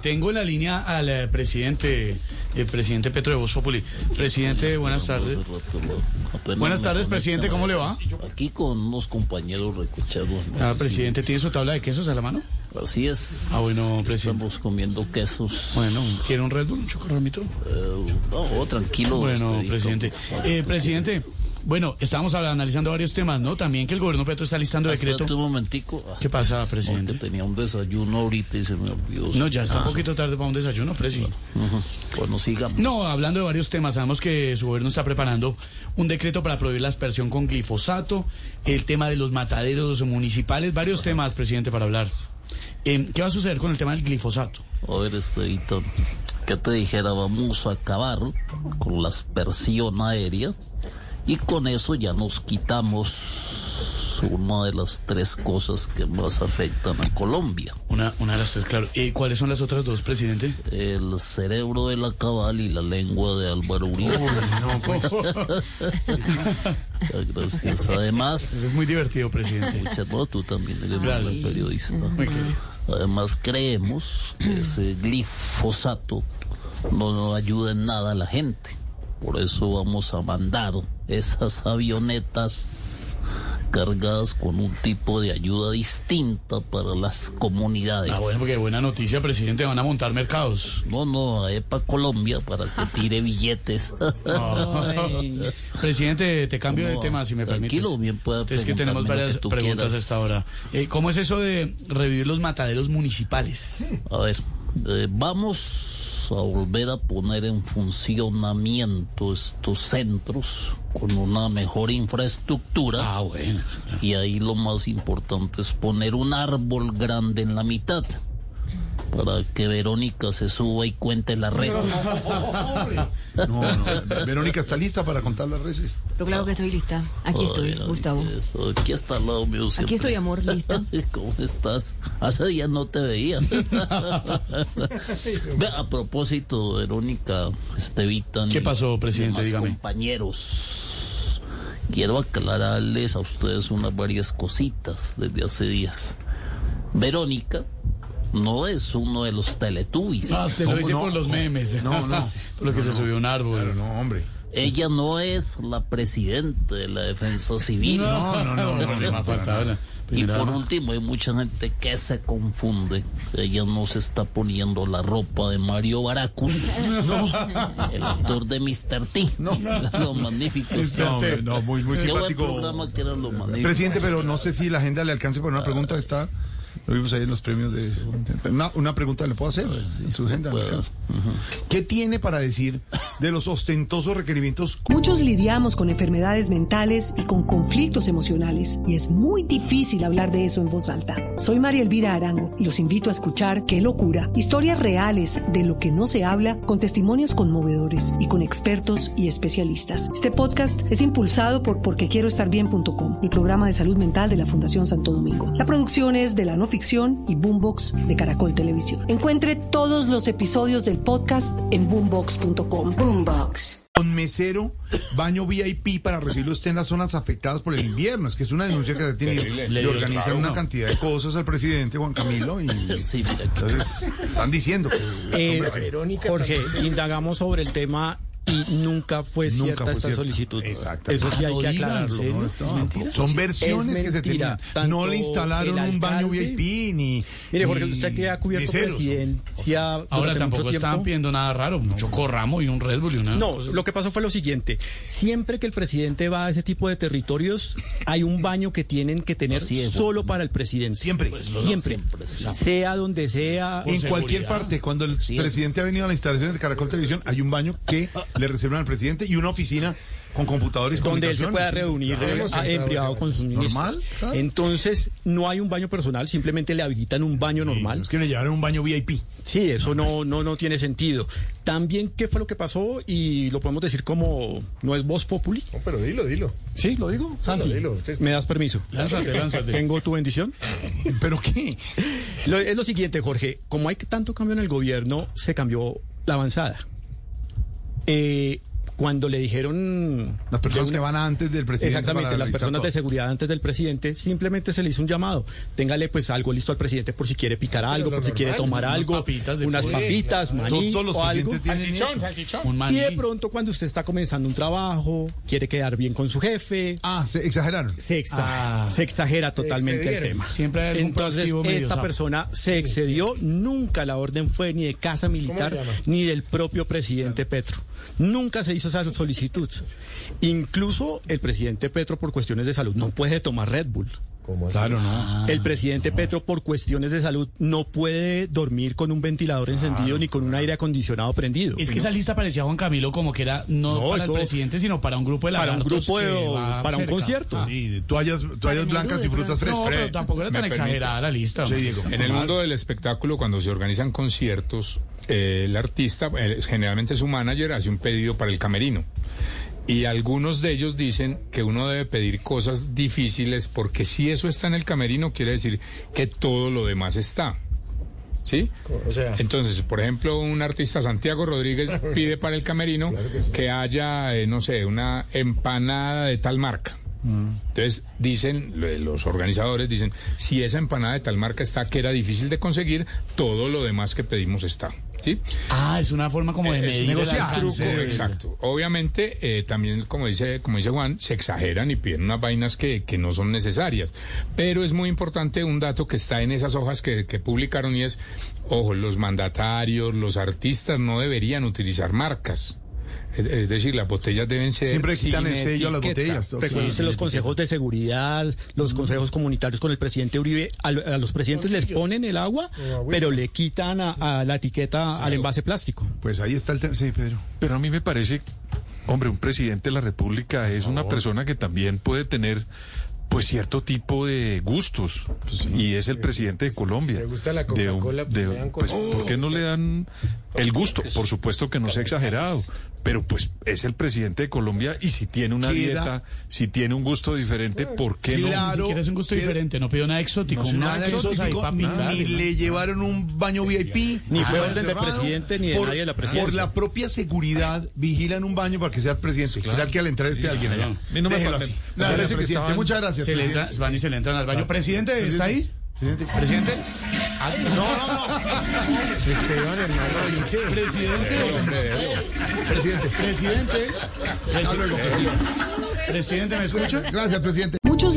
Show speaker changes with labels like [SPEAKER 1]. [SPEAKER 1] Tengo en la línea al eh, presidente, el presidente Petro de Voz Populi. Presidente, buenas tardes. Buenas tardes, presidente, ¿cómo le va?
[SPEAKER 2] Aquí con unos compañeros recochados. ¿no?
[SPEAKER 1] Ah, presidente, ¿tiene su tabla de quesos a la mano?
[SPEAKER 2] Así es.
[SPEAKER 1] Ah, bueno, presidente.
[SPEAKER 2] Estamos comiendo quesos.
[SPEAKER 1] Bueno, ¿quiere un Red Bull, un chocorramito?
[SPEAKER 2] Eh, no, tranquilo. este,
[SPEAKER 1] Bueno,
[SPEAKER 2] Estevito.
[SPEAKER 1] presidente. Eh, presidente, bueno, estábamos hablando- analizando varios temas, ¿no? También que el gobierno Petro está listando decreto.
[SPEAKER 2] Espérate un momentico. Ah,
[SPEAKER 1] ¿Qué pasa,
[SPEAKER 2] no, que
[SPEAKER 1] presidente?
[SPEAKER 2] tenía un desayuno ahorita y se me olvidó.
[SPEAKER 1] No, ya está
[SPEAKER 2] Ah,
[SPEAKER 1] un poquito tarde para un desayuno, presidente.
[SPEAKER 2] ujú. Bueno, sigamos.
[SPEAKER 1] No, hablando de varios temas, sabemos que su gobierno está preparando un decreto para prohibir la aspersión con glifosato, el tema de los mataderos municipales, varios temas, presidente, para hablar. Em, ¿Qué va a suceder con el tema del glifosato?
[SPEAKER 2] A ver, Estevito, ¿qué te dijera? Vamos a acabar con la aspersión aérea y con eso ya nos quitamos una de las tres cosas que más afectan a Colombia.
[SPEAKER 1] Una, una de las tres, claro. Eh, ¿Cuáles son las otras dos, presidente?
[SPEAKER 2] El cerebro de la cabal y la lengua de Álvaro Uribe.
[SPEAKER 1] Oh. pues,
[SPEAKER 2] Muchas gracias. Además,
[SPEAKER 1] Es muy divertido, presidente.
[SPEAKER 2] muchas- no, tú también eres un
[SPEAKER 1] Claro.
[SPEAKER 2] gran periodista.
[SPEAKER 1] Muy querido. Mm.
[SPEAKER 2] Además, creemos que ese glifosato no nos ayuda en nada a la gente. Por eso vamos a mandar esas avionetas cargadas con un tipo de ayuda distinta para las comunidades.
[SPEAKER 1] Ah, bueno, porque buena noticia, presidente, van a montar mercados.
[SPEAKER 2] No, no, a EPA Colombia para que tire billetes.
[SPEAKER 1] Presidente, te cambio de
[SPEAKER 2] No,
[SPEAKER 1] tema, si me
[SPEAKER 2] tranquilo,
[SPEAKER 1] permites.
[SPEAKER 2] bien pueda
[SPEAKER 1] Es que tenemos
[SPEAKER 2] preguntarme lo
[SPEAKER 1] varias
[SPEAKER 2] que tú
[SPEAKER 1] preguntas
[SPEAKER 2] quieras.
[SPEAKER 1] a esta hora. Eh, ¿Cómo es eso de revivir los mataderos municipales?
[SPEAKER 2] A ver, eh, vamos a volver a poner en funcionamiento estos centros con una mejor infraestructura
[SPEAKER 1] Ah, bueno.
[SPEAKER 2] y ahí lo más importante es poner un árbol grande en la mitad para que Verónica se suba y cuente las rezas.
[SPEAKER 3] No, no, Verónica está lista para contar las reces.
[SPEAKER 4] Pero claro que estoy lista. Aquí estoy,
[SPEAKER 2] Ay, Verónica,
[SPEAKER 4] Gustavo.
[SPEAKER 2] eso, Aquí está al lado mío Eh, siempre.
[SPEAKER 4] Aquí estoy, amor, lista.
[SPEAKER 2] ¿Cómo estás? Hace días no te veía. Ve, a propósito, Verónica, Estevita.
[SPEAKER 1] ¿Qué
[SPEAKER 2] y
[SPEAKER 1] pasó, presidente?
[SPEAKER 2] demás
[SPEAKER 1] Dígame.
[SPEAKER 2] compañeros. Quiero aclararles a ustedes unas varias cositas desde hace días. Verónica no es uno de los Teletubbies.
[SPEAKER 1] Ah, usted lo
[SPEAKER 3] No,
[SPEAKER 1] dice
[SPEAKER 3] no,
[SPEAKER 1] por los memes.
[SPEAKER 3] no, no.
[SPEAKER 1] por lo que se subió a un
[SPEAKER 3] Claro,
[SPEAKER 1] árbol.
[SPEAKER 3] no, hombre.
[SPEAKER 2] Ella no es la presidenta de la Defensa Civil.
[SPEAKER 3] No, no, no, no,
[SPEAKER 1] Le
[SPEAKER 3] no,
[SPEAKER 1] más faltaba Pues la
[SPEAKER 2] Y
[SPEAKER 1] primera
[SPEAKER 2] por
[SPEAKER 1] dama.
[SPEAKER 2] último, hay mucha gente que se confunde. Ella no se está poniendo la ropa de Mario Baracus, el actor de Mr. T. Los magníficos.
[SPEAKER 3] No, hombre, no, muy, muy
[SPEAKER 2] Qué buen
[SPEAKER 3] simpático.
[SPEAKER 2] programa que eran los magníficos.
[SPEAKER 3] Presidente, pero no sé si la agenda le alcance por una pregunta. Está, lo vimos ahí en los premios de. Una, una pregunta le puedo hacer. en su agenda, le
[SPEAKER 2] pueda.
[SPEAKER 3] alcanza. ¿Qué tiene para decir de los ostentosos requerimientos
[SPEAKER 5] Muchos lidiamos con enfermedades mentales y con conflictos emocionales y es muy difícil hablar de eso en voz alta. Soy María Elvira Arango y los invito a escuchar Qué locura, historias reales de lo que no se habla con testimonios conmovedores y con expertos y especialistas. Este podcast es impulsado por porquequieroestarbien.com, el programa de salud mental de la Fundación Santo Domingo. La producción es de la no ficción y Boombox de Caracol Televisión. Encuentre todos los episodios del podcast en boombox.com.
[SPEAKER 1] Boombox.
[SPEAKER 3] con mesero, baño VIP para recibirlo usted en las zonas afectadas por el invierno? Es que es una denuncia que se tiene.
[SPEAKER 1] Le
[SPEAKER 3] Le
[SPEAKER 1] dio
[SPEAKER 3] organizan
[SPEAKER 1] trauma.
[SPEAKER 3] una cantidad de cosas al presidente Juan Camilo y.
[SPEAKER 2] Sí, mira, aquí-
[SPEAKER 3] Entonces, están diciendo que.
[SPEAKER 6] Eh, Jorge, indagamos sobre el tema y nunca fue cierta
[SPEAKER 3] Nunca fue
[SPEAKER 6] esta
[SPEAKER 3] cierto.
[SPEAKER 6] solicitud.
[SPEAKER 3] Exactamente.
[SPEAKER 6] Eso sí hay
[SPEAKER 1] Ah,
[SPEAKER 6] que
[SPEAKER 1] no digan,
[SPEAKER 6] aclararlo.
[SPEAKER 1] ¿en
[SPEAKER 6] ¿no?
[SPEAKER 1] serio?
[SPEAKER 6] No,
[SPEAKER 3] No, Son versiones que se
[SPEAKER 6] mentira.
[SPEAKER 3] tenían.
[SPEAKER 6] Tanto
[SPEAKER 3] No le instalaron
[SPEAKER 6] el
[SPEAKER 3] un baño
[SPEAKER 6] alcalde-
[SPEAKER 3] VIP ni.
[SPEAKER 6] Mire, Jorge,
[SPEAKER 3] ni
[SPEAKER 6] usted que ha cubierto
[SPEAKER 3] meseros, ¿no?
[SPEAKER 6] presidencia
[SPEAKER 1] Ahora
[SPEAKER 6] durante
[SPEAKER 1] tampoco
[SPEAKER 6] mucho tiempo.
[SPEAKER 1] estaban pidiendo nada raro. Mucho corramo y un Red Bull y una.
[SPEAKER 6] No, lo que pasó fue lo siguiente. Siempre que el presidente va a ese tipo de territorios, hay un baño que tienen que tener
[SPEAKER 2] Así es,
[SPEAKER 6] solo para el presidente.
[SPEAKER 3] Siempre.
[SPEAKER 2] Pues,
[SPEAKER 6] siempre. Sea donde sea.
[SPEAKER 3] En cualquier parte, cuando el
[SPEAKER 2] Así es.
[SPEAKER 3] presidente ha venido a las instalaciones de Caracol Televisión, hay un baño que le reservan al presidente y una oficina con computadores y
[SPEAKER 6] donde él se pueda
[SPEAKER 3] comunicaciones,
[SPEAKER 6] reunir
[SPEAKER 3] sí.
[SPEAKER 6] eh,
[SPEAKER 3] Claro,
[SPEAKER 6] a-
[SPEAKER 3] sí,
[SPEAKER 6] en
[SPEAKER 3] claro,
[SPEAKER 6] privado
[SPEAKER 3] sí,
[SPEAKER 6] con sus ministros.
[SPEAKER 3] Normal. claro.
[SPEAKER 6] Entonces, no hay un baño personal, simplemente le habilitan un baño normal.
[SPEAKER 7] Nos quieren llevar a un baño VIP.
[SPEAKER 6] Sí, eso
[SPEAKER 3] pues.
[SPEAKER 6] no, no, no tiene sentido. También, ¿qué fue lo que pasó? Y lo podemos decir como, ¿no es voz populi?
[SPEAKER 7] No, pero dilo, dilo.
[SPEAKER 6] Sí, lo digo. Santi,
[SPEAKER 7] dilo, sí.
[SPEAKER 6] ¿me das permiso?
[SPEAKER 1] Lánzate, lánzate.
[SPEAKER 6] ¿Tengo tu bendición?
[SPEAKER 3] ¿Pero qué?
[SPEAKER 6] Lo- es lo siguiente, Jorge. Como hay tanto cambio en el gobierno, se cambió la avanzada. Eh, cuando le dijeron...
[SPEAKER 3] Las personas que van antes del presidente.
[SPEAKER 6] Exactamente,
[SPEAKER 3] para
[SPEAKER 6] las
[SPEAKER 3] revisar
[SPEAKER 6] personas
[SPEAKER 3] todo.
[SPEAKER 6] de seguridad antes del presidente simplemente se le hizo un llamado. Téngale pues algo listo al presidente por si quiere picar algo,
[SPEAKER 7] lo
[SPEAKER 6] por si quiere
[SPEAKER 7] normal,
[SPEAKER 6] tomar
[SPEAKER 1] unas
[SPEAKER 6] algo,
[SPEAKER 1] papitas de
[SPEAKER 6] unas
[SPEAKER 1] pollo.
[SPEAKER 6] papitas, maní
[SPEAKER 3] Todos los
[SPEAKER 6] o algo. Ah,
[SPEAKER 3] presidentes tienen eso.
[SPEAKER 1] Un
[SPEAKER 6] Y
[SPEAKER 1] maní.
[SPEAKER 6] de pronto cuando usted está comenzando un trabajo, quiere quedar bien con su jefe,
[SPEAKER 3] Ah, se exageraron.
[SPEAKER 6] se exagera,
[SPEAKER 1] Ah.
[SPEAKER 6] se exagera totalmente el
[SPEAKER 7] excedieron.
[SPEAKER 6] tema.
[SPEAKER 1] Siempre hay algún
[SPEAKER 6] Entonces,
[SPEAKER 1] proactivo medio
[SPEAKER 6] esta
[SPEAKER 1] sapo.
[SPEAKER 6] persona se excedió, nunca la orden fue ni de Casa Militar
[SPEAKER 7] ¿Cómo se llama?
[SPEAKER 6] ni del propio presidente Petro. Nunca se hizo esa solicitud. Incluso el presidente Petro por cuestiones de salud no puede tomar Red Bull.
[SPEAKER 3] Claro, no.
[SPEAKER 1] Ah.
[SPEAKER 6] El presidente Petro, por cuestiones de salud, no puede dormir con un ventilador encendido ni con un aire acondicionado prendido.
[SPEAKER 1] Ah. Es que esa lista parecía a Juan Camilo como que era no,
[SPEAKER 6] No,
[SPEAKER 1] para
[SPEAKER 6] eso-
[SPEAKER 1] el presidente, sino para un grupo de
[SPEAKER 6] Para un
[SPEAKER 1] lagartos
[SPEAKER 6] grupo de-
[SPEAKER 1] que va
[SPEAKER 6] para un
[SPEAKER 1] cerca.
[SPEAKER 6] concierto.
[SPEAKER 1] Ah.
[SPEAKER 3] Y toallas, toallas blancas y frutas frescas.
[SPEAKER 1] No, pero
[SPEAKER 3] Eh,
[SPEAKER 1] tampoco era
[SPEAKER 8] ¿me
[SPEAKER 1] tan
[SPEAKER 8] permite?
[SPEAKER 1] exagerada la lista.
[SPEAKER 3] Sí,
[SPEAKER 1] hombre.
[SPEAKER 3] Diego.
[SPEAKER 8] En el mundo del espectáculo, cuando se organizan conciertos, eh, el artista, eh, generalmente su manager, hace un pedido para el camerino. Y algunos de ellos dicen que uno debe pedir cosas difíciles porque si eso está en el camerino, quiere decir que todo lo demás está. ¿Sí?
[SPEAKER 7] O sea,
[SPEAKER 8] Entonces, por ejemplo, un artista Santiago Rodríguez pide para el camerino que, haya, eh, no sé, una empanada de tal marca. Entonces, dicen, lo- los organizadores dicen, si esa empanada de tal marca está que era difícil de conseguir, todo lo demás que pedimos está. ¿Sí?
[SPEAKER 1] Ah, es una forma como de
[SPEAKER 8] Es un
[SPEAKER 1] medir el
[SPEAKER 3] Eh, negociar.
[SPEAKER 1] alcance
[SPEAKER 8] Truco,
[SPEAKER 1] del-
[SPEAKER 8] exacto. Obviamente, eh, también, como dice, como dice Juan, se exageran y piden unas vainas que, que no son necesarias. Pero es muy importante un dato que está en esas hojas que, que publicaron y es, ojo, los mandatarios, los artistas no deberían utilizar marcas. Es, es decir, las botellas deben ser...
[SPEAKER 3] Siempre quitan
[SPEAKER 8] sin
[SPEAKER 3] el sello a las
[SPEAKER 8] etiqueta.
[SPEAKER 3] botellas. todo.
[SPEAKER 6] Recuerden los consejos de seguridad, los consejos comunitarios con el presidente Uribe. al- A, los presidentes les ponen el agua, pero le quitan a, a la etiqueta al envase plástico.
[SPEAKER 3] Pues ahí está el tema. Sí, Pedro.
[SPEAKER 9] Pero a mí me parece, hombre, un presidente de la República es una persona que también puede tener pues cierto tipo de gustos
[SPEAKER 7] Pues
[SPEAKER 9] y es el presidente de Colombia.
[SPEAKER 7] le gusta la
[SPEAKER 9] De un-
[SPEAKER 7] Coca-Cola, pues,
[SPEAKER 9] de-
[SPEAKER 7] le dan Pues
[SPEAKER 9] pues,
[SPEAKER 7] Coca-Cola.
[SPEAKER 9] ¿por qué no le dan el gusto? Por supuesto que no sea exagerado, pero pues es el presidente de Colombia y si tiene una
[SPEAKER 3] Queda-
[SPEAKER 9] dieta, si tiene un gusto diferente, ¿por qué no?
[SPEAKER 3] Claro.
[SPEAKER 1] Ni siquiera es un gusto
[SPEAKER 3] que-
[SPEAKER 1] diferente, no pidió nada exótico. unas
[SPEAKER 3] Nada
[SPEAKER 1] cosas ahí
[SPEAKER 3] exótico,
[SPEAKER 1] pa' picar,
[SPEAKER 3] ni
[SPEAKER 1] ¿no?
[SPEAKER 3] le llevaron un baño VIP.
[SPEAKER 6] Ni fue
[SPEAKER 3] estaba
[SPEAKER 6] orden del
[SPEAKER 3] encerrado.
[SPEAKER 6] presidente, ni de
[SPEAKER 3] por,
[SPEAKER 6] nadie de la
[SPEAKER 3] Por
[SPEAKER 6] presidencia.
[SPEAKER 3] la propia seguridad, vigilan un baño para que sea el presidente. ¿Qué tal que al entrar esté alguien allá?
[SPEAKER 9] mí no me
[SPEAKER 3] Déjelo
[SPEAKER 9] parece-
[SPEAKER 3] así.
[SPEAKER 9] me
[SPEAKER 3] Dale,
[SPEAKER 9] parece que
[SPEAKER 3] presidente,
[SPEAKER 9] estaban-
[SPEAKER 3] muchas gracias.
[SPEAKER 1] Se le
[SPEAKER 3] presidente.
[SPEAKER 1] entra- van y se le entran al baño. ¿Presidente está ahí? ¿Presidente? Ah,
[SPEAKER 3] No, no, no.
[SPEAKER 7] Esteban, hermano, dice.
[SPEAKER 1] ¿Presidente? Presidente. ¿Presidente?
[SPEAKER 3] Hasta luego, presidente.
[SPEAKER 1] ¿Presidente me escucha?
[SPEAKER 3] Gracias, presidente.
[SPEAKER 5] Muchos